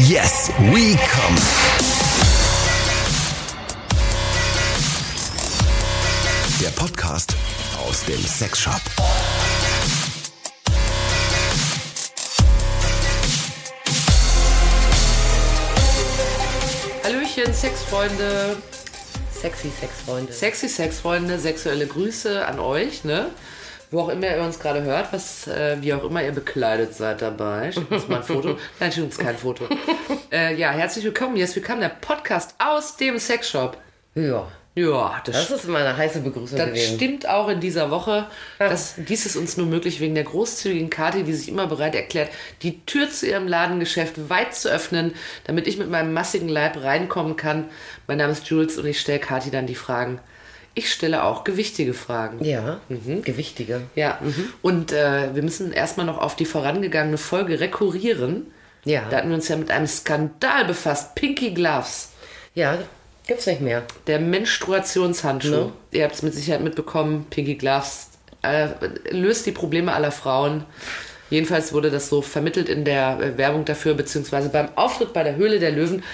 Yes, we come. Der Podcast aus dem Sexshop. Hallöchen, Sexfreunde, Sexy Sexfreunde. sexy Sexfreunde, sexuelle Grüße an euch, ne? Wo auch immer ihr uns gerade hört, was, äh, wie auch immer ihr bekleidet seid dabei. Schickt uns mal ein Foto. Nein, schickt uns kein Foto. Äh, ja, herzlich willkommen. Yes, willkommen, der Podcast aus dem Sexshop. ja, Ja, das, das ist immer eine heiße Begrüßung das gewesen. stimmt auch in dieser Woche. Das, dies ist uns nur möglich wegen der großzügigen Kati, die sich immer bereit erklärt, die Tür zu ihrem Ladengeschäft weit zu öffnen, damit ich mit meinem massigen Leib reinkommen kann. Mein Name ist Jules und ich stelle Kati dann die Fragen. Ich stelle auch gewichtige Fragen. Ja, Mhm. gewichtige. Ja, und äh, wir müssen erstmal noch auf die vorangegangene Folge rekurrieren. Ja. Da hatten wir uns ja mit einem Skandal befasst. Pinky Gloves. Ja, gibt's nicht mehr. Der Menstruationshandschuh. Ne? Ihr habt es mit Sicherheit mitbekommen, Pinky Gloves äh, löst die Probleme aller Frauen. Jedenfalls wurde das so vermittelt in der äh, Werbung dafür, beziehungsweise beim Auftritt bei der Höhle der Löwen.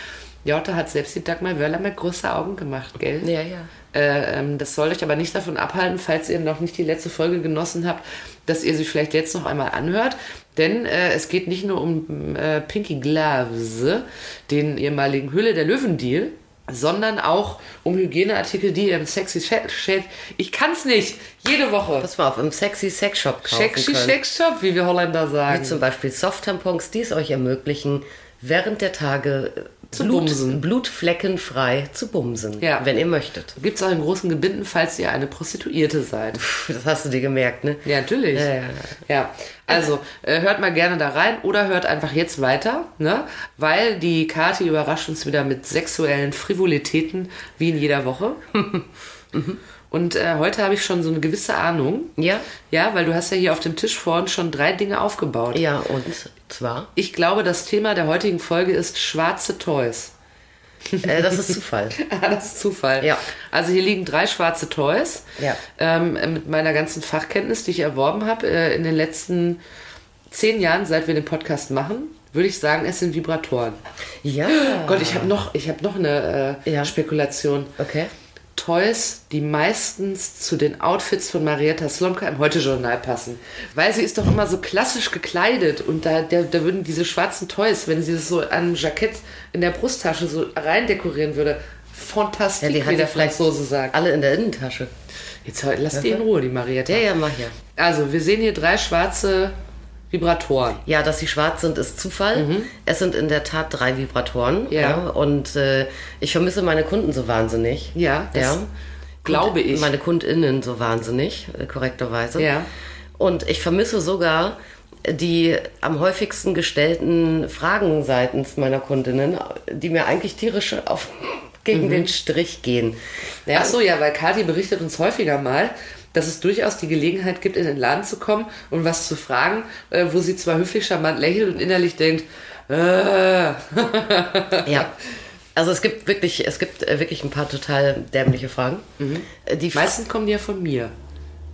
Jotta hat selbst die Dagmar Wörler mit große Augen gemacht, gell? Ja, ja. Äh, ähm, das soll euch aber nicht davon abhalten, falls ihr noch nicht die letzte Folge genossen habt, dass ihr sie vielleicht jetzt noch einmal anhört. Denn äh, es geht nicht nur um äh, Pinky Gloves, den ehemaligen Hülle der Löwen-Deal, sondern auch um Hygieneartikel, die ihr im Sexy Shed. Shed ich kann's nicht! Jede Woche. Pass mal auf, im Sexy Sex Shop kaufen Sexy könnt. Shack Shop, wie wir Holländer Wie sagen. zum Beispiel Soft-Tampons, die es euch ermöglichen, während der Tage äh, Zu bumsen. blutfleckenfrei zu bumsen, Ja. wenn ihr möchtet. Gibt's auch in großen Gebinden, falls ihr eine Prostituierte seid. Pff, Das hast du dir gemerkt, ne? Ja, natürlich. Ja, Ja, ja, ja. also äh, hört mal gerne da rein oder hört einfach jetzt weiter, ne? weil die Kati überrascht uns wieder mit sexuellen Frivolitäten, wie in jeder Woche. Und äh, heute habe ich schon so eine gewisse Ahnung. Ja. Ja, weil du hast ja hier auf dem Tisch vorhin schon drei Dinge aufgebaut. Ja, und zwar, Ich glaube, das Thema der heutigen Folge ist schwarze Toys. äh, das ist Zufall. Ah, das ist Zufall. Ja. Also hier liegen drei schwarze Toys. Ja. Ähm, mit meiner ganzen Fachkenntnis, die ich erworben habe äh, in den letzten zehn Jahren, seit wir den Podcast machen, würde ich sagen, es sind Vibratoren. Ja. Gott, ich habe noch, ich habe noch eine äh, Ah. Ja. Spekulation. Okay. Toys, die meistens zu den Outfits von Marietta Slomka im Heute-Journal passen. Weil sie ist doch immer so klassisch gekleidet und da, da, da würden diese schwarzen Toys, wenn sie das so an einem Jackett in der Brusttasche so rein dekorieren würde, fantastisch, Ja, die wie hat der ja vielleicht Franzose sagt. alle in der Innentasche. Jetzt hör- lass die in Ruhe, die Marietta. Ja, ja, mach ja. Also, wir sehen hier drei schwarze Vibratoren. Ja, dass sie schwarz sind, ist Zufall. Es sind in der Tat drei Vibratoren. Mhm. Ja. und äh, ich vermisse meine Kunden so wahnsinnig. Ja, das ja. glaube ich. Meine KundInnen so wahnsinnig, äh, korrekterweise. Ja. Und ich vermisse sogar die am häufigsten gestellten Fragen seitens meiner KundInnen, die mir eigentlich tierisch auf, Mhm. gegen den Strich gehen. Ja, Ach so, ja, weil Kathi berichtet uns häufiger mal, dass es durchaus die Gelegenheit gibt, in den Laden zu kommen und was zu fragen, äh, wo sie zwar höflich charmant lächelt und innerlich denkt, äh, Ja. Also es gibt wirklich, es gibt äh, wirklich ein paar total dämliche Fragen. Mhm. Äh, Die meistens kommen die ja von mir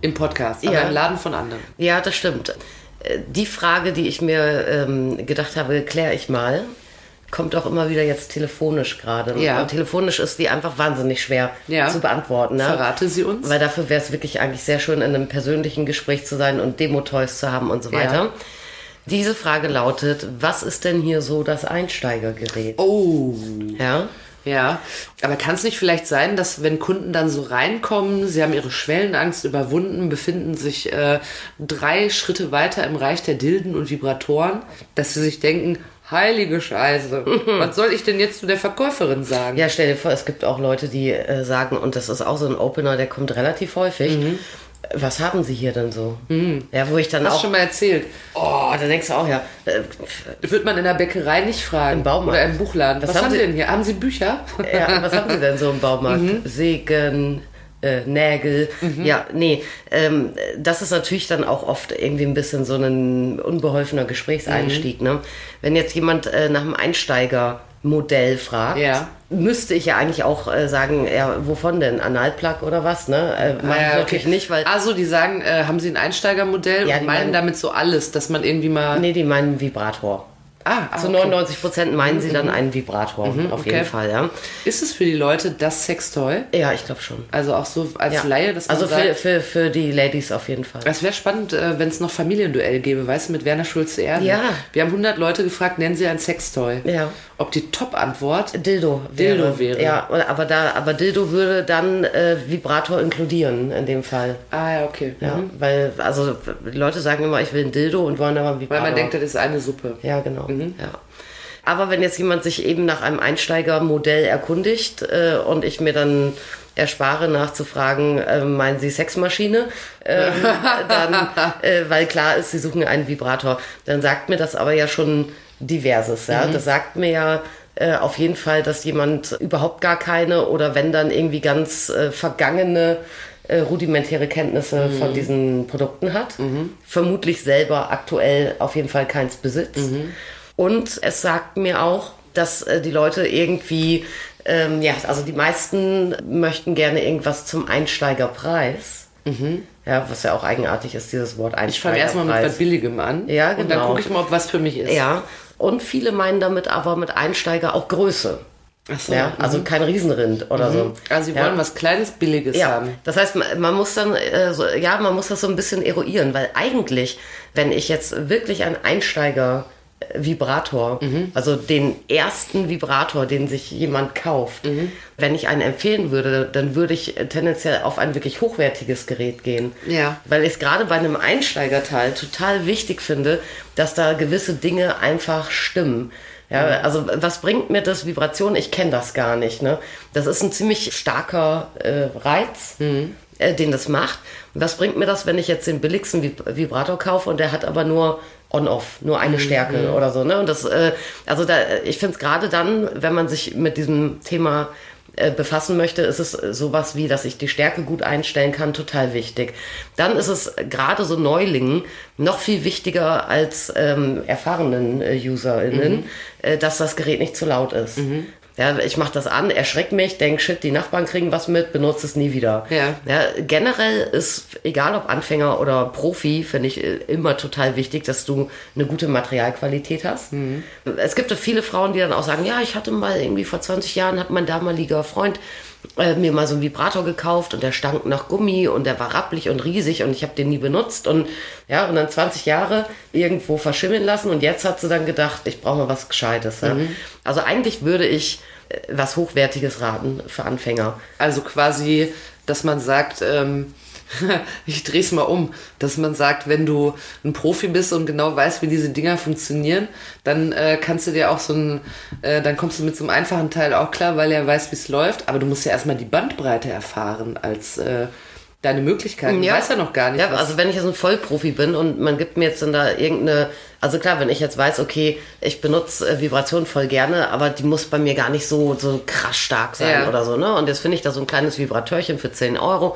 im Podcast, aber Ja. im Laden von anderen. Ja, das stimmt. Äh, Die Frage, die ich mir ähm, gedacht habe, kläre ich mal, kommt auch immer wieder jetzt telefonisch gerade. Ja. Und telefonisch ist die einfach wahnsinnig schwer Ja. zu beantworten. Ne? Verrate sie uns. Weil dafür wäre es wirklich eigentlich sehr schön, in einem persönlichen Gespräch zu sein und Demo-Toys zu haben und so weiter. Ja. Diese Frage lautet, was ist denn hier so das Einsteigergerät? Oh. Ja? Ja, aber kann es nicht vielleicht sein, dass wenn Kunden dann so reinkommen, sie haben ihre Schwellenangst überwunden, befinden sich äh, drei Schritte weiter im Reich der Dilden und Vibratoren, dass sie sich denken, heilige Scheiße, was soll ich denn jetzt zu der Verkäuferin sagen? Ja, stell dir vor, es gibt auch Leute, die äh, sagen, und das ist auch so ein Opener, der kommt relativ häufig. Was haben sie hier denn so? Ja, wo ich dann Mhm. Hast auch. du schon mal erzählt. Oh, da denkst du auch, ja. Äh, Wird man in der Bäckerei nicht fragen. Im Baumarkt. Oder im Buchladen. Was, haben, Sie denn hier? Haben Sie Bücher? ja was haben sie denn so im Baumarkt? Mhm. Sägen, äh, Nägel. Ja, nee. Ähm, das ist natürlich dann auch oft irgendwie ein bisschen so ein unbeholfener Mhm. Gesprächseinstieg. Ne? Wenn jetzt jemand äh, nach einem Einsteigermodell fragt, Ja. müsste ich ja eigentlich auch äh, sagen, ja, wovon denn? Analplug oder was? Ne? Äh, mach ich Ah, ja, natürlich nicht, weil. Also, die sagen, äh, haben Sie ein Einsteigermodell Ja, und die meinen meinen- damit so alles, dass man irgendwie mal. Nee, die meinen Vibrator. Ah, ah, okay. Zu Mhm, 99 Prozent meinen sie dann einen Vibrator, auf okay. jeden Fall, ja. Ist es für die Leute das Sextoy? Ja, ich glaube schon. Also auch so als Ja. Laie, dass man also für, sagt, für, für die Ladies auf jeden Fall. es wäre spannend, wenn es noch Familienduell gäbe, weißt du, mit Werner Schulze Erden. Ja. Wir haben 100 Leute gefragt, nennen Sie ein Sextoy. Ja. Ob die Top-Antwort Dildo wäre. Dildo wäre. Ja, oder- aber, da, aber Dildo würde dann äh, Vibrator inkludieren in dem Fall. Ah, ja, okay. Ja, Mhm. weil, also die Leute sagen immer, ich will ein Dildo und wollen aber einen Weil Vibrator. man denkt, das ist eine Suppe. ja, genau. Ja. Aber wenn jetzt jemand sich eben nach einem Einsteigermodell erkundigt äh, und ich mir dann erspare nachzufragen, äh, meinen Sie Sexmaschine? Ähm, dann, äh, weil klar ist, Sie suchen einen Vibrator. Dann sagt mir das aber ja schon diverses. Ja? Das sagt mir ja äh, auf jeden Fall, dass jemand überhaupt gar keine oder wenn dann irgendwie ganz äh, vergangene äh, rudimentäre Kenntnisse Mhm. von diesen Produkten hat. Vermutlich selber aktuell auf jeden Fall keins besitzt. Mhm. Und es sagt mir auch, dass äh, die Leute irgendwie, ähm, ja, also die meisten möchten gerne irgendwas zum Einsteigerpreis. Ja, was ja auch eigenartig ist, dieses Wort Einsteigerpreis. Mhm. Ich fange erstmal mit was Billigem an. Ja, Und dann genau. gucke ich mal, ob was für mich ist. Ja, und viele meinen damit aber mit Einsteiger auch Größe. Ach so. Ja, also kein Riesenrind oder so. Also sie ja. wollen was Kleines, Billiges Ja, haben. das heißt, man man muss dann, äh, so, ja, man muss das so ein bisschen eruieren, weil eigentlich, wenn ich jetzt wirklich einen Einsteiger äh, Vibrator, also den ersten Vibrator, den sich jemand kauft, wenn ich einen empfehlen würde, dann würde ich äh, tendenziell auf ein wirklich hochwertiges Gerät gehen. Ja. Weil ich es gerade bei einem Einsteigerteil total wichtig finde, dass da gewisse Dinge einfach stimmen. Ja, also was bringt mir das Vibration? Ich kenne das gar nicht. Ne? Das ist ein ziemlich starker äh, Reiz, äh, den das macht. Was bringt mir das, wenn ich jetzt den billigsten Vib Vibrator kaufe und der hat aber nur On-Off, nur eine Stärke oder so. Ne? Und das, äh, also da, ich finde es gerade dann, wenn man sich mit diesem Thema äh, befassen möchte, ist es sowas wie, dass ich die Stärke gut einstellen kann, total wichtig. Dann ist es gerade so Neulingen noch viel wichtiger als ähm, erfahrenen äh, UserInnen, äh, dass das Gerät nicht zu laut ist. Ja, ich mache das an, erschreck mich, denk shit, die Nachbarn kriegen was mit, benutze es nie wieder. Ja. Ja, generell ist, egal ob Anfänger oder Profi, finde ich äh, immer total wichtig, dass du eine gute Materialqualität hast. Es gibt ja viele Frauen, die dann auch sagen, ja, ich hatte mal irgendwie vor 20 Jahren, hat mein damaliger Freund äh, mir mal so einen Vibrator gekauft und der stank nach Gummi und der war rappelig und riesig und ich habe den nie benutzt und ja, und dann 20 Jahre irgendwo verschimmeln lassen und jetzt hat sie dann gedacht, ich brauche mal was Gescheites. Ja? Also eigentlich würde ich äh, was Hochwertiges raten für Anfänger. Also quasi, dass man sagt, ähm, ich drehe es mal um, dass man sagt, wenn du ein Profi bist und genau weißt, wie diese Dinger funktionieren, dann äh, kannst du dir auch so ein, äh, dann kommst du mit so einem einfachen Teil auch klar, weil er weiß, wie es läuft. Aber du musst ja erstmal die Bandbreite erfahren als äh, deine Möglichkeiten. Du weißt ja noch gar nicht. Ja, was- also wenn ich jetzt ein Vollprofi bin und man gibt mir jetzt dann da irgendeine, also klar, wenn ich jetzt weiß, okay, ich benutze äh, Vibration voll gerne, aber die muss bei mir gar nicht so, so krass stark sein Ja. oder so, ne? Und jetzt finde ich da so ein kleines Vibratörchen für 10 Euro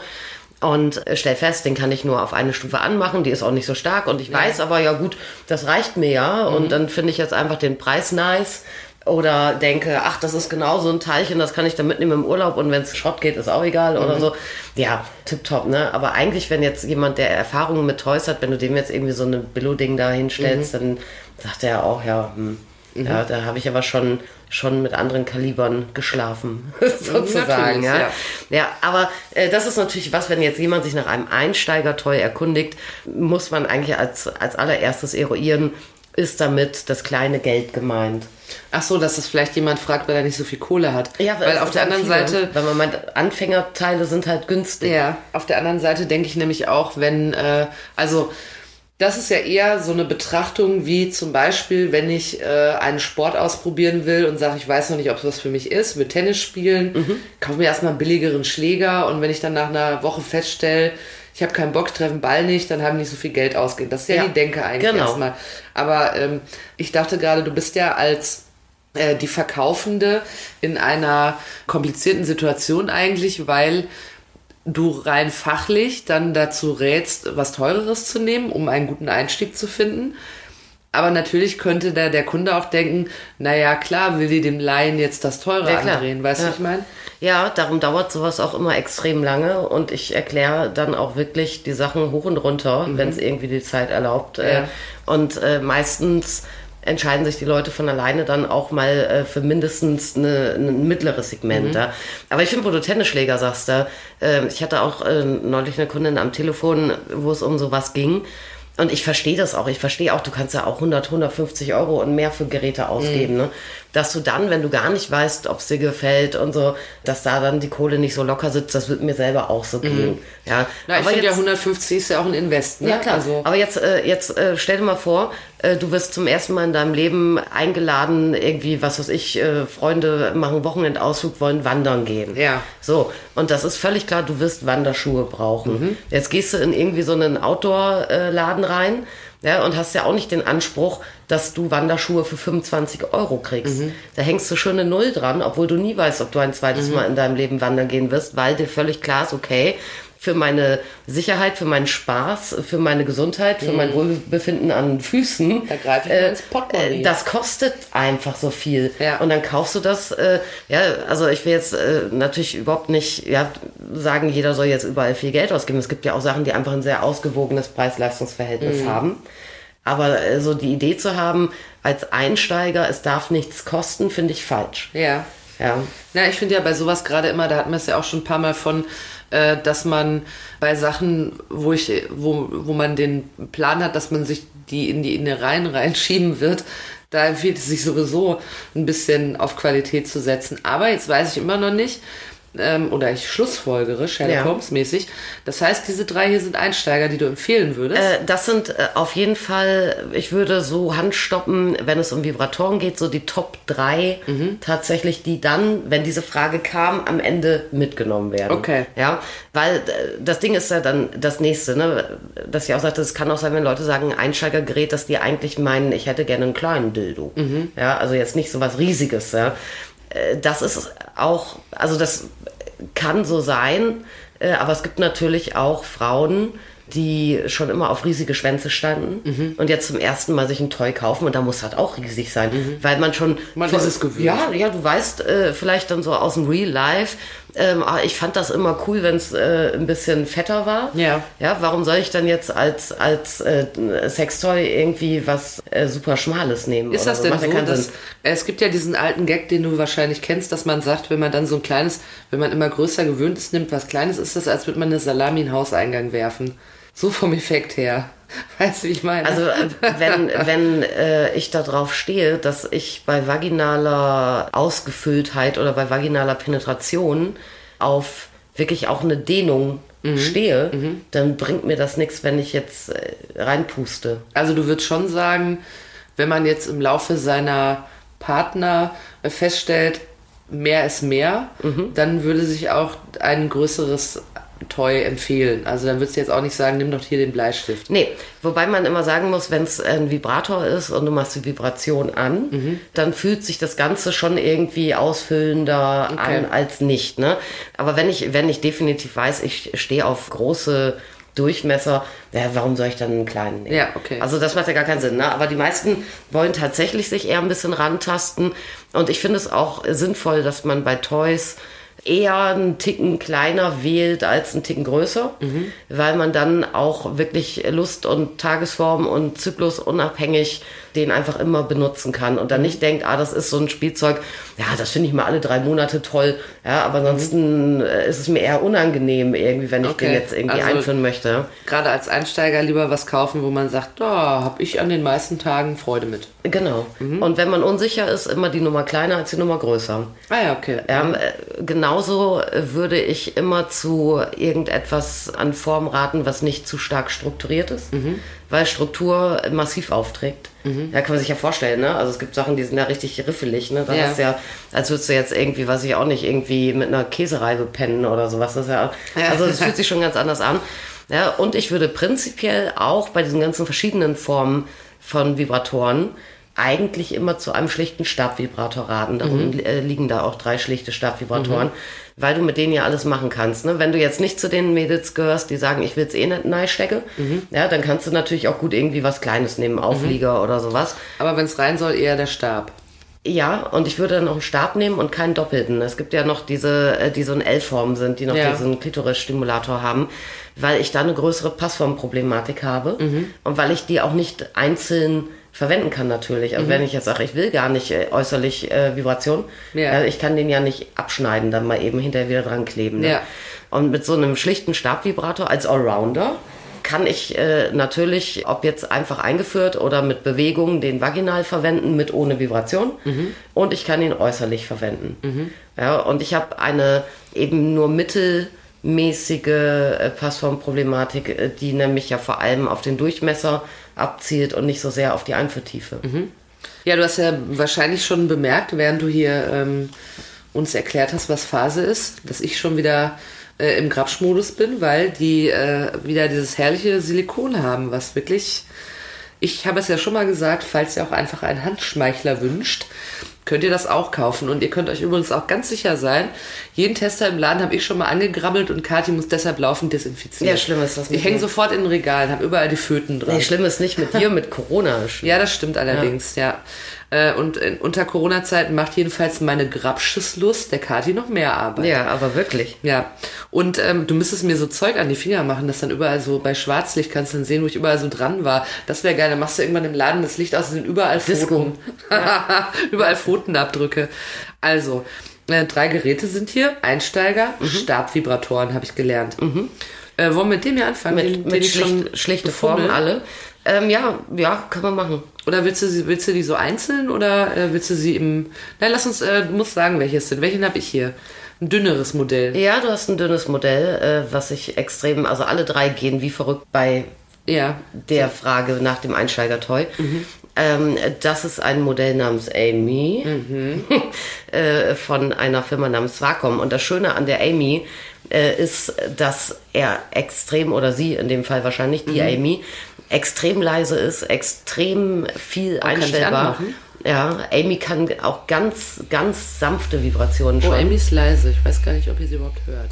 und äh, stell fest, den kann ich nur auf eine Stufe anmachen, die ist auch nicht so stark und ich weiß aber, ja gut, das reicht mir ja und dann finde ich jetzt einfach den Preis nice. Oder denke, ach, das ist genau so ein Teilchen, das kann ich dann mitnehmen im Urlaub und wenn es Schrott geht, ist auch egal oder so. Ja, tipptopp, ne? Aber eigentlich, wenn jetzt jemand, der Erfahrungen mit Toys hat, wenn du dem jetzt irgendwie so eine Billo-Ding da hinstellst, dann sagt er ja auch, ja, hm, ja, da habe ich aber schon, schon mit anderen Kalibern geschlafen, sozusagen. Natürlich, Ja. ja. Ja. aber äh, das ist natürlich was, wenn jetzt jemand sich nach einem Einsteiger-Toy erkundigt, muss man eigentlich als, als allererstes eruieren, ist damit das kleine Geld gemeint. Ach so, dass das vielleicht jemand fragt, weil er nicht so viel Kohle hat. weil es auf der gibt anderen also viele, Seite Weil man meint, Anfängerteile sind halt günstig. Ja, auf der anderen Seite denke ich nämlich auch, wenn, äh, also das ist ja eher so eine Betrachtung wie zum Beispiel, wenn ich äh, einen Sport ausprobieren will und sage, ich weiß noch nicht, ob es was für mich ist, will Tennis spielen, kaufe mir erstmal einen billigeren Schläger und wenn ich dann nach einer Woche feststelle, ich habe keinen Bock, treffe den Ball nicht, dann haben nicht so viel Geld ausgegeben. Das ist ja, Ja, die Denke eigentlich genau. erstmal. Aber ähm, ich dachte gerade, du bist ja als äh, die Verkaufende in einer komplizierten Situation eigentlich, weil du rein fachlich dann dazu rätst, was Teureres zu nehmen, um einen guten Einstieg zu finden. Aber natürlich könnte da der Kunde auch denken, naja, klar, will die dem Laien jetzt das Teure Ja, klar. andrehen, weißt du, Ja. was ich meine? Ja, darum dauert sowas auch immer extrem lange und ich erkläre dann auch wirklich Mhm. die Sachen hoch und runter, wenn es irgendwie die Zeit erlaubt. Äh, Ja. Und äh, meistens entscheiden sich die Leute von alleine dann auch mal äh, für mindestens eine, ein mittleres Segment. Mhm. Da. Aber ich finde, wo du Tennisschläger sagst, da, äh, ich hatte auch äh, neulich eine Kundin am Telefon, wo es um sowas ging. Und ich verstehe das auch. Ich verstehe auch, du kannst ja auch 100, 150 Euro und mehr für Geräte ausgeben. Mhm. Ne? Dass du dann, wenn du gar nicht weißt, ob es dir gefällt und so, dass da dann die Kohle nicht so locker sitzt, das wird mir selber auch so gehen. Ja. Mhm. Na, ich Aber finde ja jetzt- 150 ist ja auch ein Invest. Ne? ja, klar. Also, Aber jetzt, äh, jetzt äh, stell dir mal vor, äh, du wirst zum ersten Mal in deinem Leben eingeladen, irgendwie, was weiß ich, äh, Freunde machen Wochenendausflug, wollen wandern gehen. Ja. So, und das ist völlig klar, du wirst Wanderschuhe brauchen. Mhm. Jetzt gehst du in irgendwie so einen Outdoor-Laden rein ja, und hast ja auch nicht den Anspruch, dass du Wanderschuhe für 25 Euro kriegst. Mhm. Da hängst du schon eine Null dran, obwohl du nie weißt, ob du ein zweites Mhm. Mal in deinem Leben wandern gehen wirst, weil dir völlig klar ist, okay, für meine Sicherheit, für meinen Spaß, für meine Gesundheit, für mein Wohlbefinden an Füßen. Mhm. Da greife ich mal ins Portemonnaie. äh, Das kostet einfach so viel. Ja. Und dann kaufst du das. Äh, ja, also ich will jetzt äh, natürlich überhaupt nicht ja, sagen, jeder soll jetzt überall viel Geld ausgeben. Es gibt ja auch Sachen, die einfach ein sehr ausgewogenes Preis-Leistungs-Verhältnis Mhm. haben. Aber äh, so die Idee zu haben, als Einsteiger, es darf nichts kosten, finde ich falsch. ja. Ja. Na, ich finde ja bei sowas gerade immer, da hatten wir es ja auch schon ein paar Mal von, äh, dass man bei Sachen, wo ich, wo, wo man den Plan hat, dass man sich die in die Innereien reinschieben wird, da empfiehlt es sich sowieso ein bisschen auf Qualität zu setzen. Aber jetzt weiß ich immer noch nicht, ähm, oder ich schlussfolgere, Sherlock Ja. Holmes mäßig. Das heißt, diese drei hier sind Einsteiger, die du empfehlen würdest. Äh, das sind äh, auf jeden Fall, ich würde so handstoppen, wenn es um Vibratoren geht, so die Top 3 Mhm. tatsächlich, die dann, wenn diese Frage kam, am Ende mitgenommen werden. Okay. Ja, weil äh, das Ding ist ja dann das nächste, ne? dass ich auch sagte, es kann auch sein, wenn Leute sagen, Einsteigergerät, dass die eigentlich meinen, ich hätte gerne einen kleinen Dildo. Mhm. Ja, also jetzt nicht so was Riesiges. Ja? Äh, Das ist auch, also das kann so sein, äh, aber es gibt natürlich auch Frauen, die schon immer auf riesige Schwänze standen Mhm. und jetzt zum ersten Mal sich ein Toy kaufen und da muss halt auch riesig sein, weil man schon Mhm. Man von- ist es gewöhnt. Ja, ja, du weißt äh, vielleicht dann so aus dem Real Life, ähm, ah, ich fand das immer cool, wenn es äh, ein bisschen fetter war. Ja. Ja, warum soll ich dann jetzt als, als äh, Sextoy irgendwie was äh, super Schmales nehmen? Ist oder das denn Macht ja so, keinen dass, Sinn. es gibt ja diesen alten Gag, den du wahrscheinlich kennst, dass man sagt, wenn man dann so ein kleines, wenn man immer größer gewöhnt ist, nimmt was Kleines, ist das, als würde man eine Salami in den Hauseingang werfen. So vom Effekt her. Weißt du, wie ich meine? Also äh, wenn, wenn äh, ich darauf stehe, dass ich bei vaginaler Ausgefülltheit oder bei vaginaler Penetration auf wirklich auch eine Dehnung Mhm. stehe, dann bringt mir das nichts, wenn ich jetzt äh, reinpuste. Also du würdest schon sagen, wenn man jetzt im Laufe seiner Partner äh, feststellt, mehr ist mehr, Mhm. dann würde sich auch ein größeres Toy empfehlen. Also dann würdest du jetzt auch nicht sagen, nimm doch hier den Bleistift. Nee, wobei man immer sagen muss, wenn es ein Vibrator ist und du machst die Vibration an, dann fühlt sich das Ganze schon irgendwie ausfüllender an als nicht. Ne? Aber wenn ich, wenn ich definitiv weiß, ich stehe auf große Durchmesser, ja, warum soll ich dann einen kleinen nehmen? Ja, okay. Also das macht ja gar keinen Sinn. Ne? Aber die meisten wollen tatsächlich sich eher ein bisschen rantasten. Und ich finde es auch sinnvoll, dass man bei Toys eher einen Ticken kleiner wählt als einen Ticken größer, Mhm. weil man dann auch wirklich Lust und Tagesform und Zyklus unabhängig den einfach immer benutzen kann und dann Mhm. nicht denkt, ah, das ist so ein Spielzeug, ja, das finde ich mal alle drei Monate toll, ja, aber ansonsten äh, ist es mir eher unangenehm irgendwie, wenn ich Mhm. Okay. den jetzt irgendwie Also- einführen möchte. Gerade als Einsteiger lieber was kaufen, wo man sagt, da habe ich an den meisten Tagen Freude mit. Genau. Und wenn man unsicher ist, immer die Nummer kleiner als die Nummer größer. Ah ja, okay. Ähm, äh, genauso äh, würde ich immer zu irgendetwas an Form raten, was nicht zu stark strukturiert ist, weil Struktur äh, massiv aufträgt. Ja, kann man sich ja vorstellen, ne? Also es gibt Sachen, die sind ja richtig riffelig, ne? Da Ja. hast du ja, als würdest du jetzt irgendwie, weiß ich auch nicht, irgendwie mit einer Käsereibe pennen oder sowas. Das ist ja, Ja. also das fühlt sich schon ganz anders an. Ja, und ich würde prinzipiell auch bei diesen ganzen verschiedenen Formen von Vibratoren eigentlich immer zu einem schlichten Stabvibrator raten. Darum äh, liegen da auch drei schlichte Stabvibratoren, weil du mit denen ja alles machen kannst. Ne? Wenn du jetzt nicht zu den Mädels gehörst, die sagen, ich will es eh nicht neistecken, ja, dann kannst du natürlich auch gut irgendwie was Kleines nehmen, Auflieger oder sowas. Aber wenn es rein soll, eher der Stab. Ja, und ich würde dann auch einen Stab nehmen und keinen doppelten. Es gibt ja noch diese, äh, die so in L-Form sind, die noch Ja. diesen Klitoris-Stimulator haben, Mhm. weil ich da eine größere Passformproblematik habe und weil ich die auch nicht einzeln verwenden kann natürlich. Mhm. Also wenn ich jetzt sage, ich will gar nicht äh, äußerlich äh, Vibration, Ja. äh, ich kann den ja nicht abschneiden, dann mal eben hinterher wieder dran kleben. Ne? Ja. Und mit so einem schlichten Stabvibrator als Allrounder kann ich äh, natürlich, ob jetzt einfach eingeführt oder mit Bewegungen, den vaginal verwenden, mit ohne Vibration. Und ich kann ihn äußerlich verwenden. Ja, und ich habe eine eben nur mittelmäßige äh, Passformproblematik, äh, die nämlich ja vor allem auf den Durchmesser abzielt und nicht so sehr auf die Einführtiefe. Ja, du hast ja wahrscheinlich schon bemerkt, während du hier ähm, uns erklärt hast, was Phase ist, dass ich schon wieder äh, im Grapsch-Modus bin, weil die äh, wieder dieses herrliche Silikon haben, was wirklich. Ich habe es ja schon mal gesagt, falls ihr auch einfach einen Handschmeichler wünscht, könnt ihr das auch kaufen. Und ihr könnt euch übrigens auch ganz sicher sein, jeden Tester im Laden habe ich schon mal angegrabbelt und Kathi muss deshalb laufend desinfizieren. Ja, schlimm ist das Ich nicht. hänge sofort in den Regalen, habe überall die Föten dran. Nee, schlimm ist nicht mit dir, mit Corona. Ja, das stimmt allerdings, ja. Äh, Und in, unter Corona-Zeiten macht jedenfalls meine Grabscheslust der Kati noch mehr Arbeit. ja, aber wirklich. Ja. Und ähm, du müsstest mir so Zeug an die Finger machen, dass dann überall so bei Schwarzlicht kannst du dann sehen, wo ich überall so dran war. Das wäre geil. Dann machst du irgendwann im Laden das Licht aus, es sind überall Pfoten. Disco. überall Pfotenabdrücke. Also, äh, drei Geräte sind hier. Einsteiger, Mhm. Stabvibratoren, habe ich gelernt. Äh, wollen wir mit dem hier anfangen? Mit, den, den mit ich schon schlicht, schlichte befummel? Formen alle. Ähm, ja, ja, können wir machen. Oder willst du, sie- willst du die so einzeln oder äh, willst du sie im. Nein, lass uns, äh, du musst sagen, welche es sind. Welchen habe ich hier? Ein dünneres Modell. Ja, du hast ein dünnes Modell, äh, was ich extrem, also alle drei gehen wie verrückt bei Ja. der Frage nach dem Einsteiger-Toy. Ähm, das ist ein Modell namens Amy Mhm. äh, von einer Firma namens Swacom. Und das Schöne an der Amy äh, ist, dass er extrem, oder sie in dem Fall wahrscheinlich, die Mhm. Amy, extrem leise ist, extrem viel Oh, ich einstellbar. anmachen? Ja, Amy kann auch ganz, ganz sanfte Vibrationen Oh, schon. Emmy ist leise. Ich weiß gar nicht, ob ihr sie überhaupt hört.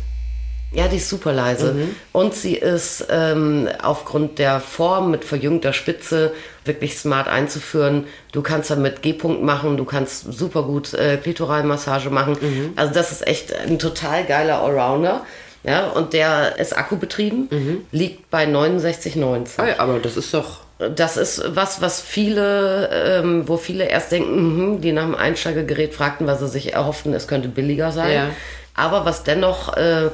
Ja, die ist super leise. Und sie ist ähm, aufgrund der Form mit verjüngter Spitze wirklich smart einzuführen. Du kannst damit G-Punkt machen, du kannst super gut äh, Klitoralmassage machen. Also das ist echt ein total geiler Allrounder. Ja, und der ist akkubetrieben, liegt bei 69,90 Ah, ja, aber das ist doch. das ist was, was viele, ähm, wo viele erst denken, mhm, die nach dem Einsteigergerät fragten, weil sie sich erhofften, es könnte billiger sein. Ja. Aber was dennoch, äh, äh,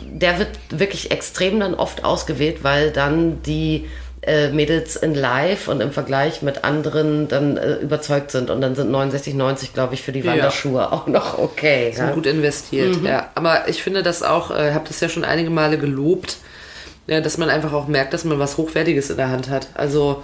der wird wirklich extrem dann oft ausgewählt, weil dann die äh, Mädels in Live und im Vergleich mit anderen dann äh, überzeugt sind. Und dann sind 69, 90, glaube ich, für die Wanderschuhe auch noch okay. sind Ja? Mhm. gut investiert. Ja, aber ich finde das auch, ich äh, habe das ja schon einige Male gelobt, ja, dass man einfach auch merkt, dass man was Hochwertiges in der Hand hat. Also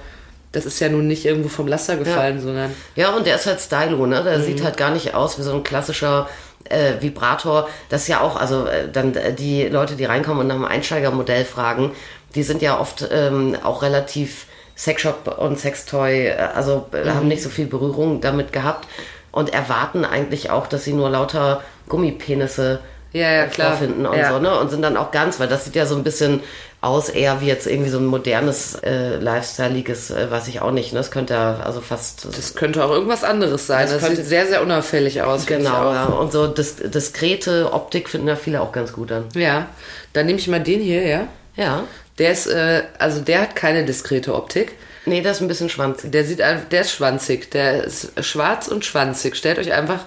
das ist ja nun nicht irgendwo vom Laster gefallen, sondern Ja, und der ist halt Stylo, ne? Mhm. Der sieht halt gar nicht aus wie so ein klassischer äh, Vibrator. Das ist ja auch, also äh, dann äh, die Leute, die reinkommen und nach dem Einsteigermodell fragen, die sind ja oft ähm, auch relativ Sexshop und Sextoy, äh, also äh, Mhm. haben nicht so viel Berührung damit gehabt und erwarten eigentlich auch, dass sie nur lauter Gummipenisse Ja, ja, äh, klar. vorfinden und Ja. so, ne? Und sind dann auch ganz, weil das sieht ja so ein bisschen aus, eher wie jetzt irgendwie so ein modernes äh, Lifestyle-iges, äh, weiß ich auch nicht, ne? Das könnte ja also fast das könnte auch irgendwas anderes sein. Das Das, könnte- sieht sehr, sehr unauffällig aus. finde ich Genau, auch. ja. Und so dis diskrete Optik finden ja viele auch ganz gut an. Ja, dann nehme ich mal den hier, ja. Ja. Der ist, äh, also der hat keine diskrete Optik. Nee, das ist ein bisschen schwanzig. Der sieht einfach, der ist schwanzig. Der ist schwarz und schwanzig. Stellt euch einfach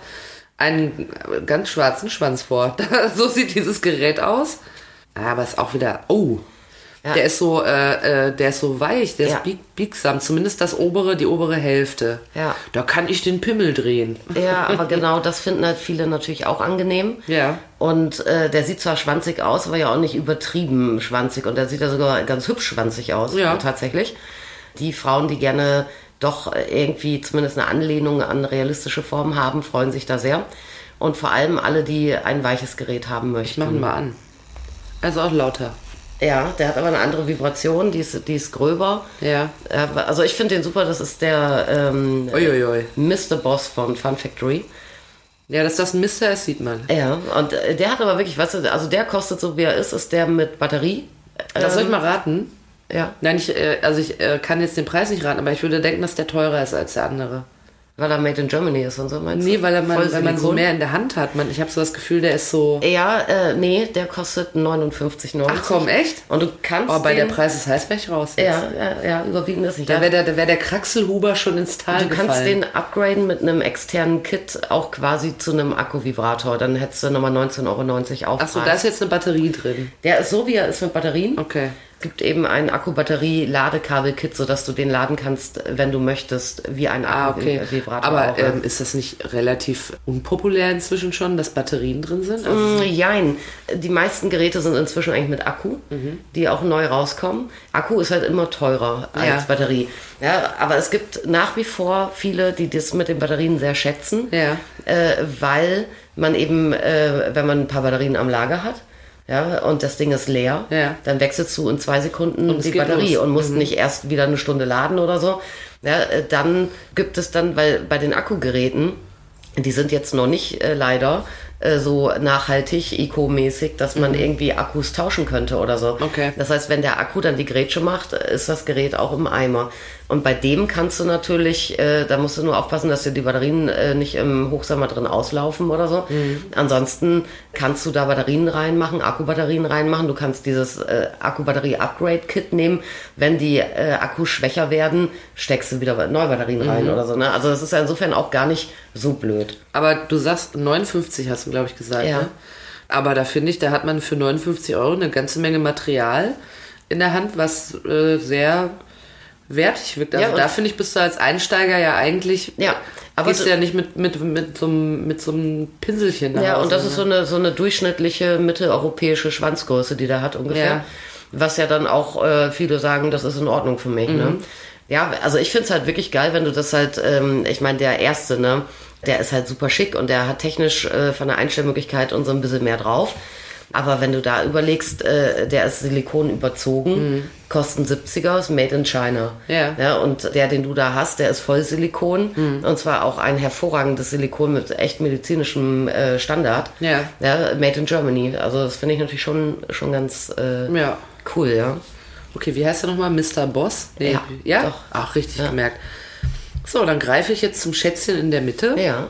einen ganz schwarzen Schwanz vor. so sieht dieses Gerät aus. Aber ist auch wieder, oh. Ja. Der ist so, äh, äh, der ist so weich, der Ja. ist bieg, biegsam. Zumindest das obere, die obere Hälfte. Ja. Da kann ich den Pimmel drehen. Ja, aber genau das finden halt viele natürlich auch angenehm. Ja. Und äh, der sieht zwar schwanzig aus, aber ja auch nicht übertrieben schwanzig. Und der sieht ja sogar ganz hübsch schwanzig aus, Ja. tatsächlich. Die Frauen, die gerne doch irgendwie zumindest eine Anlehnung an realistische Formen haben, freuen sich da sehr. Und vor allem alle, die ein weiches Gerät haben möchten. Machen wir mal an. Also auch lauter. Ja, der hat aber eine andere Vibration, die ist, die ist gröber. Ja. Ja, Also ich finde den super, das ist der ähm, Uiuiui. Mr. Boss von Fun Factory. Ja, dass das ein Mister ist, sieht man. Ja, und äh, der hat aber wirklich, weißt du, also der kostet so wie er ist, ist der mit Batterie. Das soll ich mal raten. Ja. äh, Nein, ich, äh, also ich äh, kann jetzt den Preis nicht raten, aber ich würde denken, dass der teurer ist als der andere. Weil er made in Germany ist und so, meinst Nee, du? weil, er man, Voll weil man so Silikon? mehr in der Hand hat. Man, ich habe so das Gefühl, der ist so. Ja, äh, nee, der kostet 59,90. Ach komm, echt? Und du kannst Oh, bei der den, Preis ist Heißbech raus. jetzt. Ja, ja, ja, überwiegend ist nicht. Da Ja, wäre der, da wär der Kraxelhuber schon ins Tal Du gefallen. kannst den upgraden mit einem externen Kit auch quasi zu einem Akkuvibrator. Dann hättest du nochmal 19,90 Euro Achso, da ist jetzt eine Batterie drin. Der ist so, wie er ist mit Batterien. Okay. Es gibt eben ein Akkubatterie-Ladekabel-Kit, sodass du den laden kannst, wenn du möchtest, wie ein Ah, okay. Akkuvibrator. Aber auch. ähm, ist das nicht relativ unpopulär inzwischen schon, dass Batterien drin sind? Also, Mm, Jein. Die meisten Geräte sind inzwischen eigentlich mit Akku, Mhm. die auch neu rauskommen. Akku ist halt immer teurer als Ja. Batterie. Ja, aber es gibt nach wie vor viele, die das mit den Batterien sehr schätzen, Ja. äh, weil man eben, äh, wenn man ein paar Batterien am Lager hat, ja, und das Ding ist leer, Ja. dann wechselst du in zwei Sekunden es die geht Batterie los. Mhm. und musst nicht erst wieder eine Stunde laden oder so. Ja, äh, dann gibt es dann, weil bei den Akkugeräten, die sind jetzt noch nicht äh, leider äh, so nachhaltig, eco-mäßig, dass man irgendwie Akkus tauschen könnte oder so. Mhm. Okay. Das heißt, wenn der Akku dann die Grätsche macht, äh, ist das Gerät auch im Eimer. Und bei dem kannst du natürlich, äh, da musst du nur aufpassen, dass dir die Batterien äh, nicht im Hochsommer drin auslaufen oder so. Ansonsten kannst du da Batterien reinmachen, Akkubatterien reinmachen. Du kannst dieses äh, Akkubatterie-Upgrade-Kit nehmen. Wenn die äh, Akkus schwächer werden, steckst du wieder neue Batterien rein oder so. Ne? Also das ist ja insofern auch gar nicht so blöd. aber du sagst 59, hast du, glaube ich, gesagt. Ja. Ne? Aber da finde ich, da hat man für 59 Euro eine ganze Menge Material in der Hand, was äh, sehr wertig wirkt. Also Ja, und- da finde ich, bist du als Einsteiger ja eigentlich, Ja, aber gehst du- ja nicht mit, mit, mit, so einem, mit so einem Pinselchen nach Ja, Hause, und das ne? ist so eine, so eine durchschnittliche mitteleuropäische Schwanzgröße, die der hat ungefähr. Ja. Was ja dann auch äh, viele sagen, das ist in Ordnung für mich. Ne? Mhm. Ja, also ich find's halt wirklich geil, wenn du das halt, ähm, ich meine, der erste, ne, der ist halt super schick und der hat technisch äh, von der Einstellmöglichkeit und so ein bisschen mehr drauf. Aber wenn du da überlegst, äh, der ist Silikon überzogen, Mhm. kosten 70er, ist made in China. Ja. Mhm. Ja, und der, den du da hast, der ist voll Silikon. Und zwar auch ein hervorragendes Silikon mit echt medizinischem äh, Standard. Ja. ja. Made in Germany. Also das finde ich natürlich schon, schon ganz äh, Ja. cool, ja. Okay, wie heißt er nochmal? Mr. Boss? Ja, ja? doch. Ach, richtig gemerkt. So, dann greife ich jetzt zum Schätzchen in der Mitte. Ja.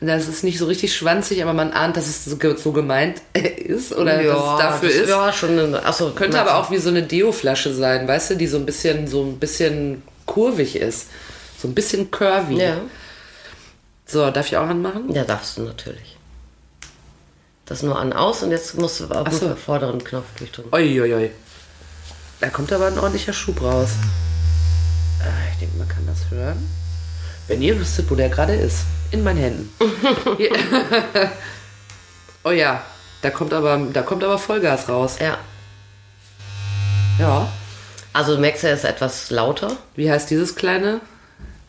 Das ist nicht so richtig schwanzig, aber man ahnt, dass es so ge- so gemeint ist oder dass es dafür das ist. Ja, schon. ein- Achso, Könnte na, aber auch wie so eine Deo-Flasche sein, weißt du, die so ein bisschen, so ein bisschen kurvig ist. So ein bisschen curvy. Ja. So, darf ich auch anmachen? ja, darfst du natürlich. Das nur an aus und jetzt musst du auf Ach so. den vorderen Knopf durchdrücken. Uiuiui. Da kommt aber ein ordentlicher Schub raus. Ah, Ich denke, man kann das hören. Wenn ihr wüsstet, wo der gerade ist. In meinen Händen. Hier. oh ja, da kommt, aber, da kommt aber Vollgas raus. Ja. Ja. Also du merkst ja, er ist etwas lauter. Wie heißt dieses kleine?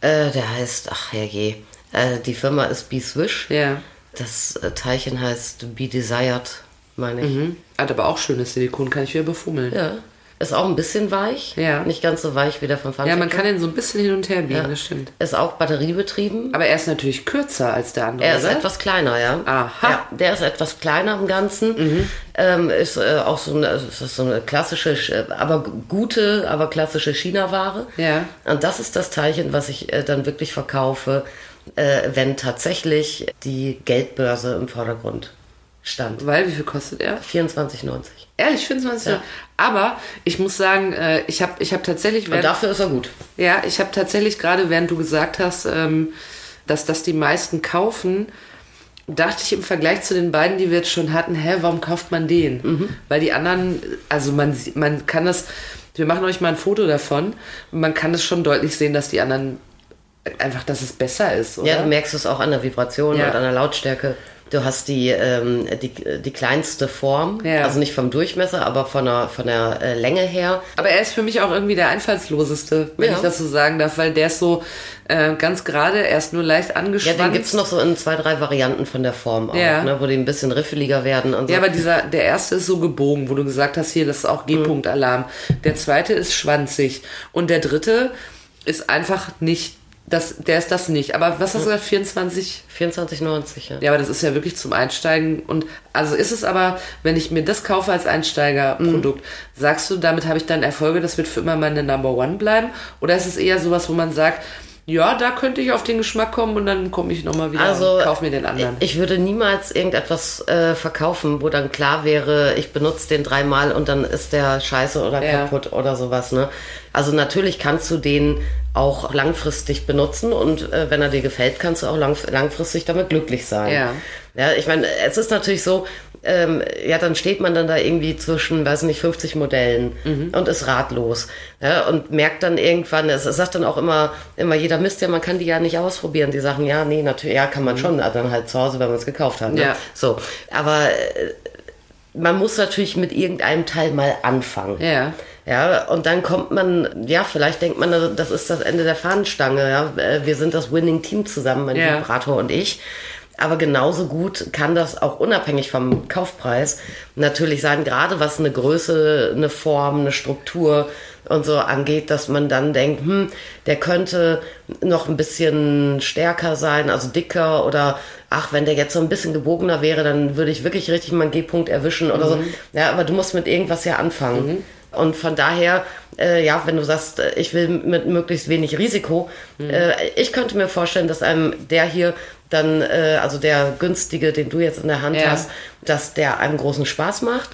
Äh, der heißt, ach herrje, äh, die Firma ist Be Swish. Ja. Das äh, Teilchen heißt Be Desired, meine ich. Hm. Hat aber auch schönes Silikon, kann ich wieder befummeln. Ja, Ja. Ist auch ein bisschen weich. Ja. Nicht ganz so weich wie der von Fun man kann ihn so ein bisschen hin und her biegen, das stimmt. Ist auch batteriebetrieben. Aber er ist natürlich kürzer als der andere. ne? Er ist oder? etwas kleiner, ja. Aha. Mhm. Ja, der ist etwas kleiner im Ganzen. Ähm, ist äh, auch so eine, es ist so eine klassische, Sch- aber g- gute, aber klassische China-Ware. Ja. Und das ist das Teilchen, was ich äh, dann wirklich verkaufe, äh, wenn tatsächlich die Geldbörse im Vordergrund stand. Weil, wie viel kostet er? 24,90. Ehrlich, 25 Euro. Aber ich muss sagen, äh, ich habe ich hab tatsächlich, Und während, dafür ist er gut. ja, ich habe tatsächlich gerade, während du gesagt hast, ähm, dass das die meisten kaufen, dachte ich im Vergleich zu den beiden, die wir jetzt schon hatten, hä, warum kauft man den? Mhm. Weil die anderen, also man, sie- man kann das, wir machen euch mal ein Foto davon, und man kann es schon deutlich sehen, dass die anderen einfach, dass es besser ist, oder? Ja, du merkst es auch an der Vibration Ja. und an der Lautstärke. Du hast die, ähm, die, die kleinste Form, Ja. also nicht vom Durchmesser, aber von der, von der äh, Länge her. Aber er ist für mich auch irgendwie der einfallsloseste, wenn Ja. ich das so sagen darf, weil der ist so äh, ganz gerade, er ist nur leicht Ja, angeschwanzt. den gibt's noch so in zwei, drei Varianten von der Form auch, Ja. ne, wo die ein bisschen riffeliger werden und so. Ja, aber dieser, der erste ist so gebogen, wo du gesagt hast, hier, das ist auch G-Punkt-Alarm. Der zweite ist schwanzig. Und der dritte ist einfach nicht, das, der ist das nicht. Aber was hast du gesagt, 24? 24,90, ja. Ja, aber das ist ja wirklich zum Einsteigen. Und also ist es aber, wenn ich mir das kaufe als Einsteigerprodukt, sagst du, damit habe ich dann Erfolge, das wird für immer meine Number One bleiben? Oder ist es eher sowas, wo man sagt, ja, da könnte ich auf den Geschmack kommen und dann komme ich nochmal wieder Also, und kauf mir den anderen. Ich würde niemals irgendetwas äh, verkaufen, wo dann klar wäre, ich benutze den dreimal und dann ist der scheiße oder Ja. kaputt oder sowas. Ne? Also natürlich kannst du den auch langfristig benutzen und äh, wenn er dir gefällt, kannst du auch langf- langfristig damit glücklich sein. Ja. Ja, ich meine, es ist natürlich so, ähm, ja, dann steht man dann da irgendwie zwischen, weiß nicht, 50 Modellen und ist ratlos. Ja, und merkt dann irgendwann, es es sagt dann auch immer, immer jeder Mist, ja, man kann die ja nicht ausprobieren. Die sagen, ja, nee, natürlich, ja, kann man schon, aber dann halt zu Hause, wenn man es gekauft hat. Ne? Ja. So. Aber äh, man muss natürlich mit irgendeinem Teil mal anfangen. ja. Ja, und dann kommt man, ja, vielleicht denkt man, das ist das Ende der Fahnenstange. Ja? Äh, Wir sind das Winning Team zusammen, mein Ja. Vibrator und ich. Aber genauso gut kann das auch unabhängig vom Kaufpreis natürlich sein, gerade was eine Größe, eine Form, eine Struktur und so angeht, dass man dann denkt, hm, der könnte noch ein bisschen stärker sein, also dicker oder ach, wenn der jetzt so ein bisschen gebogener wäre, dann würde ich wirklich richtig mal einen G-Punkt erwischen oder so. Ja, aber du musst mit irgendwas ja anfangen. Und von daher, äh, ja, wenn du sagst, äh, ich will mit möglichst wenig Risiko, Mhm. äh, ich könnte mir vorstellen, dass einem der hier dann, äh, also der günstige, den du jetzt in der Hand Ja. Mhm. hast, dass der einem großen Spaß macht.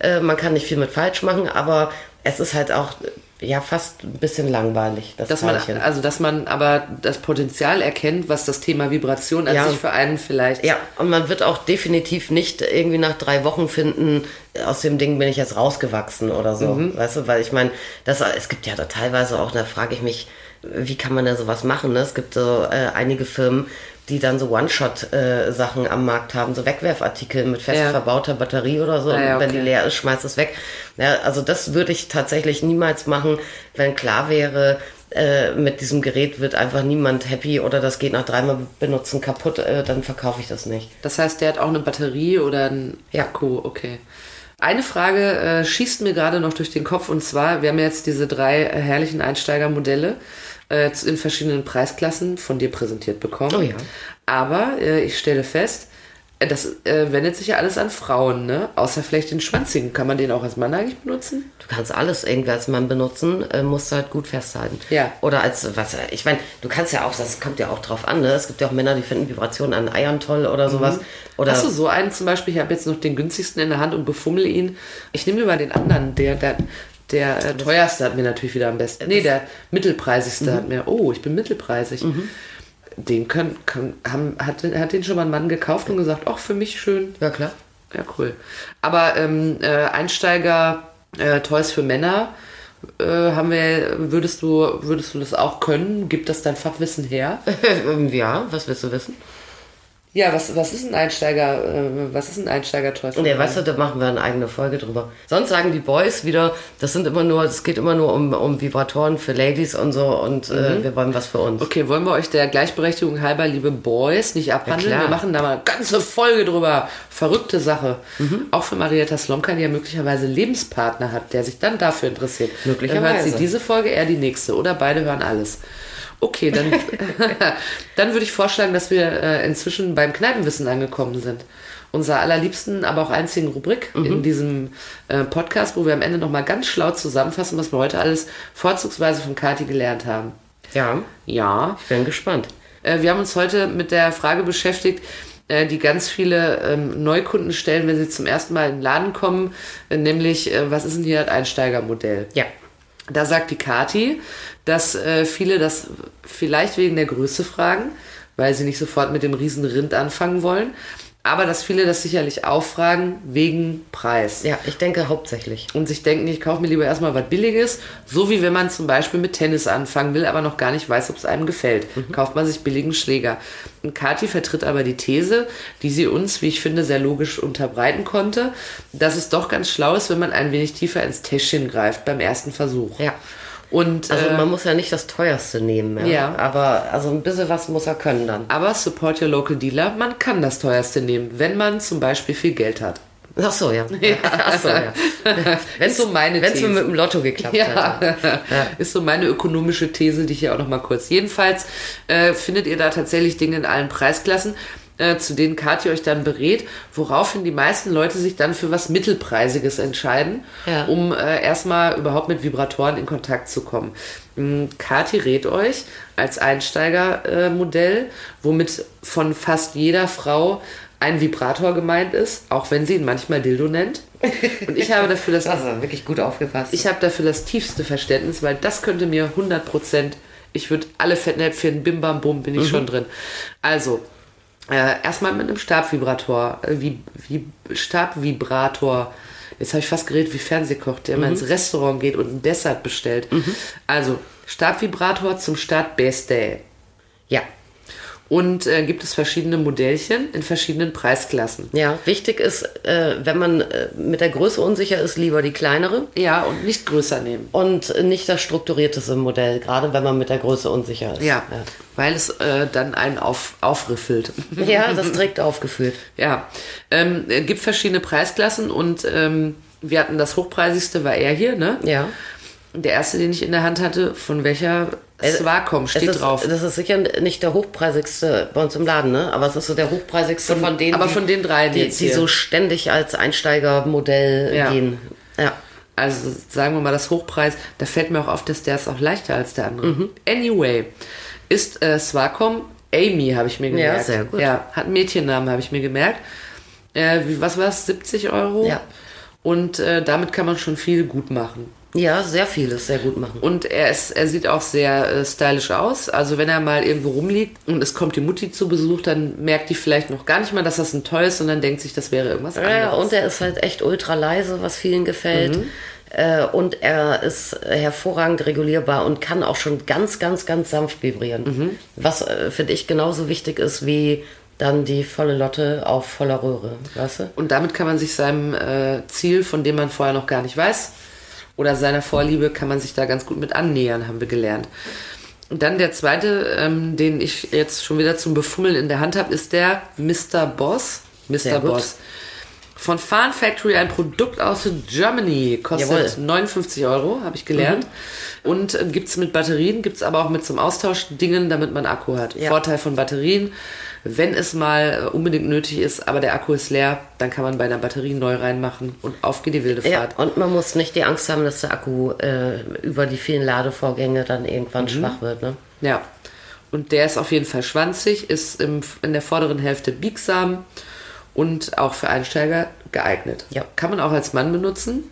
Äh, man kann nicht viel mit falsch machen, aber es ist halt auch, äh, ja, fast ein bisschen langweilig, das Dass man, Teilchen. also, dass man aber das Potenzial erkennt, was das Thema Vibration an Ja. sich für einen vielleicht. Ja, und man wird auch definitiv nicht irgendwie nach drei Wochen finden, aus dem Ding bin ich jetzt rausgewachsen oder so. Weißt du, weil ich meine, das es gibt ja da teilweise auch, da frage ich mich, wie kann man da sowas machen? Ne? Es gibt so äh, einige Firmen, die dann so One-Shot-Sachen am Markt haben, so Wegwerfartikel mit fest Ja. verbauter Batterie oder so. Ah ja, und wenn okay. die leer ist, schmeißt es weg. Ja, also das würde ich tatsächlich niemals machen, wenn klar wäre, äh, mit diesem Gerät wird einfach niemand happy oder das geht nach dreimal benutzen kaputt, äh, dann verkaufe ich das nicht. Das heißt, der hat auch eine Batterie oder einen Ja. Akku, okay. Eine Frage äh, schießt mir gerade noch durch den Kopf und zwar, wir haben jetzt diese drei äh, herrlichen Einsteigermodelle äh, zu- in verschiedenen Preisklassen von dir präsentiert bekommen. Oh ja. Aber äh, ich stelle fest, äh, das äh, wendet sich ja alles an Frauen, ne? Außer vielleicht den Schwanzigen. Kann man den auch als Mann eigentlich benutzen? Du kannst alles irgendwie als Mann benutzen, äh, musst du halt gut festhalten. Ja. Oder als, was, ich meine, du kannst ja auch, das kommt ja auch drauf an, ne? es gibt ja auch Männer, die finden Vibrationen an Eiern toll oder sowas. Oder Hast du Mhm. so einen zum Beispiel? Ich habe jetzt noch den günstigsten in der Hand und befummel ihn. Ich nehme lieber den anderen. Der, der, der äh, teuerste hat mir natürlich wieder am besten. Nee, der mittelpreisigste hat mir. Oh, ich bin mittelpreisig. Den können, können, haben, hat, den- hat den schon mal ein Mann gekauft und gesagt, ach, für mich schön. Ja, klar. Ja, cool. Aber ähm, äh, Einsteiger äh, Toys für Männer äh, haben wir, würdest du, würdest du das auch können? Gibt das dein Fachwissen her? Ähm, ja, was willst du wissen? Ja, was, was ist ein Einsteiger, äh, was ist ein Einsteiger Toys für Nee, Männer? weißt du, da machen wir eine eigene Folge drüber. Sonst sagen die Boys wieder, das sind immer nur, es geht immer nur um, um Vibratoren für Ladies und so und äh, wir wollen was für uns. Mhm. Okay, wollen wir euch der Gleichberechtigung halber, liebe Boys, nicht abhandeln? Ja, klar. wir machen da mal eine ganze Folge drüber. Verrückte Sache. Mhm. Auch für Marietta Slomka, die ja möglicherweise einen Lebenspartner hat, der sich dann dafür interessiert. Möglicherweise. Dann hört sie diese Folge, er die nächste. Oder beide hören alles. Okay, dann, dann würde ich vorschlagen, dass wir äh, inzwischen beim Kneipenwissen angekommen sind. Unserer allerliebsten, aber auch einzigen Rubrik Mhm. in diesem äh, Podcast, wo wir am Ende nochmal ganz schlau zusammenfassen, was wir heute alles vorzugsweise von Kati gelernt haben. Ja, Ja, ich bin gespannt. äh, Wir haben uns heute mit der Frage beschäftigt, äh, die ganz viele ähm, Neukunden stellen, wenn sie zum ersten Mal in den Laden kommen, äh, nämlich, äh, was ist denn hier das Einsteigermodell? Ja. Da sagt die Kati, dass äh, viele das vielleicht wegen der Größe fragen, weil sie nicht sofort mit dem riesen Rind anfangen wollen, aber dass viele das sicherlich auch fragen wegen Preis Ja, ich denke hauptsächlich. und sich denken, ich kaufe mir lieber erstmal was Billiges, so wie wenn man zum Beispiel mit Tennis anfangen will, aber noch gar nicht weiß, ob es einem gefällt. Mhm. Kauft man sich billigen Schläger. Und Kathi vertritt aber die These, die sie uns, wie ich finde, sehr logisch unterbreiten konnte, dass es doch ganz schlau ist, wenn man ein wenig tiefer ins Täschchen greift beim ersten Versuch. Ja. Und Also äh, man muss ja nicht das teuerste nehmen, ja. Ja. Aber also ein bisschen was muss er können dann. aber support your local dealer, man kann das teuerste nehmen, wenn man zum Beispiel viel Geld hat. Ach so, ja. Ach so, ja. Wenn so meine Wenn es These. mir mit dem Lotto geklappt Ja. hätte. ist so meine ökonomische These, die ich hier auch nochmal kurz. Jedenfalls äh, findet ihr da tatsächlich Dinge in allen Preisklassen. äh, zu denen Kathi euch dann berät, woraufhin die meisten Leute sich dann für was Mittelpreisiges entscheiden, Ja. um äh, erstmal überhaupt mit Vibratoren in Kontakt zu kommen. Mm, Kathi rät euch als Einsteigermodell, äh, Modell, womit von fast jeder Frau ein Vibrator gemeint ist, auch wenn sie ihn manchmal Dildo nennt. Und ich habe dafür das Also wirklich gut aufgepasst. ich habe dafür das tiefste Verständnis, weil das könnte mir 100%, ich würde alle Fettnäpfchen, bim bam bum, bin ich schon drin. Also, äh, erstmal mit einem Stabvibrator, äh, wie, wie Stabvibrator. Jetzt habe ich fast geredet wie Fernsehkoch, der immer ins Restaurant geht und ein Dessert bestellt. Also, Stabvibrator zum Start Best Day. ja. Und äh, gibt es verschiedene Modellchen in verschiedenen Preisklassen. Ja, wichtig ist, äh, wenn man äh, mit der Größe unsicher ist, lieber die kleinere Ja, und nicht größer nehmen. und nicht das strukturierteste Modell, gerade wenn man mit der Größe unsicher ist. Ja, weil es äh, dann einen auf, aufriffelt. Ja, ja das trägt aufgefühlt. Ja, ähm, es gibt verschiedene Preisklassen und ähm, wir hatten das hochpreisigste, war er hier, ne? Ja. Der erste, den ich in der Hand hatte, von welcher es war, komm, steht es ist, drauf. Das ist sicher nicht der hochpreisigste bei uns im Laden, ne? Aber es ist so der hochpreisigste von, denen, aber von den dreien die, jetzt die hier. so ständig als Einsteigermodell Ja. gehen. Ja. Also sagen wir mal, das Hochpreis, da fällt mir auch auf, dass der ist auch leichter als der andere. Mhm. Anyway, ist äh, Swacom Amy, habe ich mir gemerkt. sehr gut. Ja, hat einen Mädchennamen, habe ich mir gemerkt. Äh, wie, was war es? 70 Euro? Ja. Und äh, damit kann man schon viel gut machen. Ja, sehr vieles sehr gut machen. Und er, ist, er sieht auch sehr äh, stylisch aus. Also wenn er mal irgendwo rumliegt und es kommt die Mutti zu Besuch, dann merkt die vielleicht noch gar nicht mal, dass das ein Toy ist, sondern denkt sich, das wäre irgendwas anderes. Mhm. Ja, und er ist halt echt ultra leise, was vielen gefällt. Äh, Und er ist hervorragend regulierbar und kann auch schon ganz, ganz, ganz sanft vibrieren. Mhm. Was, äh, finde ich, genauso wichtig ist wie dann die volle Lotte auf voller Röhre. Weißt du? Und damit kann man sich seinem äh, Ziel, von dem man vorher noch gar nicht weiß, oder seiner Vorliebe, kann man sich da ganz gut mit annähern, haben wir gelernt. Und dann der zweite, ähm, den ich jetzt schon wieder zum Befummeln in der Hand habe, ist der Mr. Boss. Mr. Sehr gut. Boss. Von Farn Factory, ein Produkt aus Germany. Kostet Jawohl. 59 Euro, habe ich gelernt. Mhm. Und äh, gibt's mit Batterien, gibt's aber auch mit zum Austausch Dingen, damit man Akku hat. Ja. Vorteil von Batterien, wenn es mal äh, unbedingt nötig ist, aber der Akku ist leer, dann kann man bei einer Batterie neu reinmachen und auf geht die wilde Ja, Fahrt. und man muss nicht die Angst haben, dass der Akku äh, über die vielen Ladevorgänge dann irgendwann Mhm. schwach wird. Ne? Ja. Und der ist auf jeden Fall schwanzig, ist im, in der vorderen Hälfte biegsam und auch für Einsteiger geeignet. Ja. Kann man auch als Mann benutzen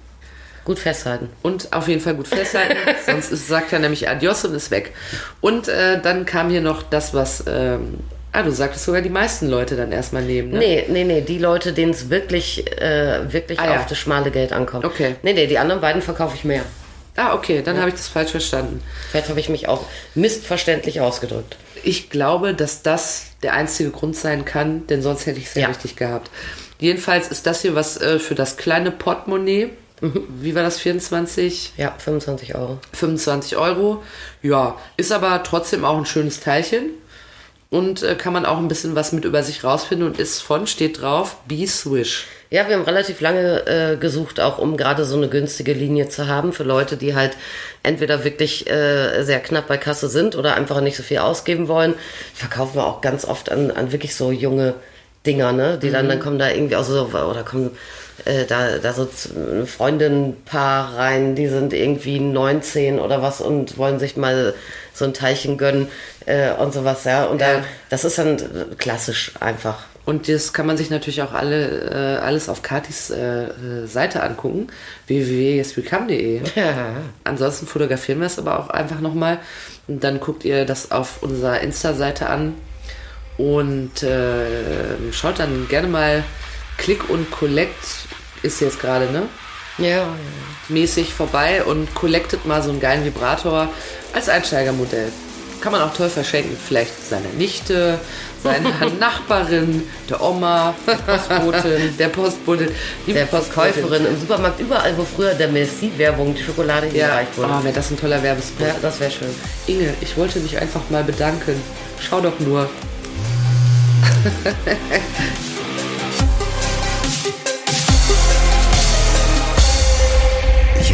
Gut festhalten. und auf jeden Fall gut festhalten, sonst ist, sagt er nämlich Adios und ist weg. Und äh, dann kam hier noch das, was, ähm, ah, du sagtest sogar die meisten Leute dann erstmal nehmen. Ne? Nee, nee, nee, die Leute, denen es wirklich, äh, wirklich Ah, ja. auf das schmale Geld ankommt. Okay. Nee, nee, die anderen beiden verkaufe ich mehr. Ah, okay, dann habe ich das falsch verstanden. Vielleicht habe ich mich auch missverständlich ausgedrückt. Ich glaube, dass das der einzige Grund sein kann, denn sonst hätte ich es ja, Ja. richtig gehabt. Jedenfalls ist das hier was äh, für das kleine Portemonnaie. Wie war das? 24, Ja, 25 Euro. 25 Euro. Ja, ist aber trotzdem auch ein schönes Teilchen. Und äh, kann man auch ein bisschen was mit über sich rausfinden und ist von, steht drauf, B-Swish. Ja, wir haben relativ lange äh, gesucht, auch um gerade so eine günstige Linie zu haben für Leute, die halt entweder wirklich äh, sehr knapp bei Kasse sind oder einfach nicht so viel ausgeben wollen. Verkaufen wir auch ganz oft an, an wirklich so junge Dinger, ne? Die dann, dann kommen da irgendwie auch so, oder kommen äh, da, da so z- ein Freundinnenpaar rein, die sind irgendwie 19 oder was und wollen sich mal so ein Teilchen gönnen äh, und sowas, ja. Und Ja. Da, das ist dann äh, klassisch einfach. Und das kann man sich natürlich auch alle, äh, alles auf Katis äh, äh, Seite angucken, www.yeswecome.de. Ja. E. Ansonsten fotografieren wir es aber auch einfach nochmal. Und dann guckt ihr das auf unserer Insta-Seite an und äh, schaut dann gerne mal Click und Collect ist jetzt gerade, ne? Ja, ja. Mäßig vorbei und collectet mal so einen geilen Vibrator als Einsteigermodell. Kann man auch toll verschenken, vielleicht seiner Nichte, seiner Nachbarin, der Oma, der Postbotin, der Postbotin, liebe der Postbotin. Verkäuferin im Supermarkt, überall, wo früher der Merci-Werbung die Schokolade Ja, gereicht wurde. oh, wäre das ein toller Werbespot. Ja, das wäre schön. Inge, ich wollte mich einfach mal bedanken. Schau doch nur.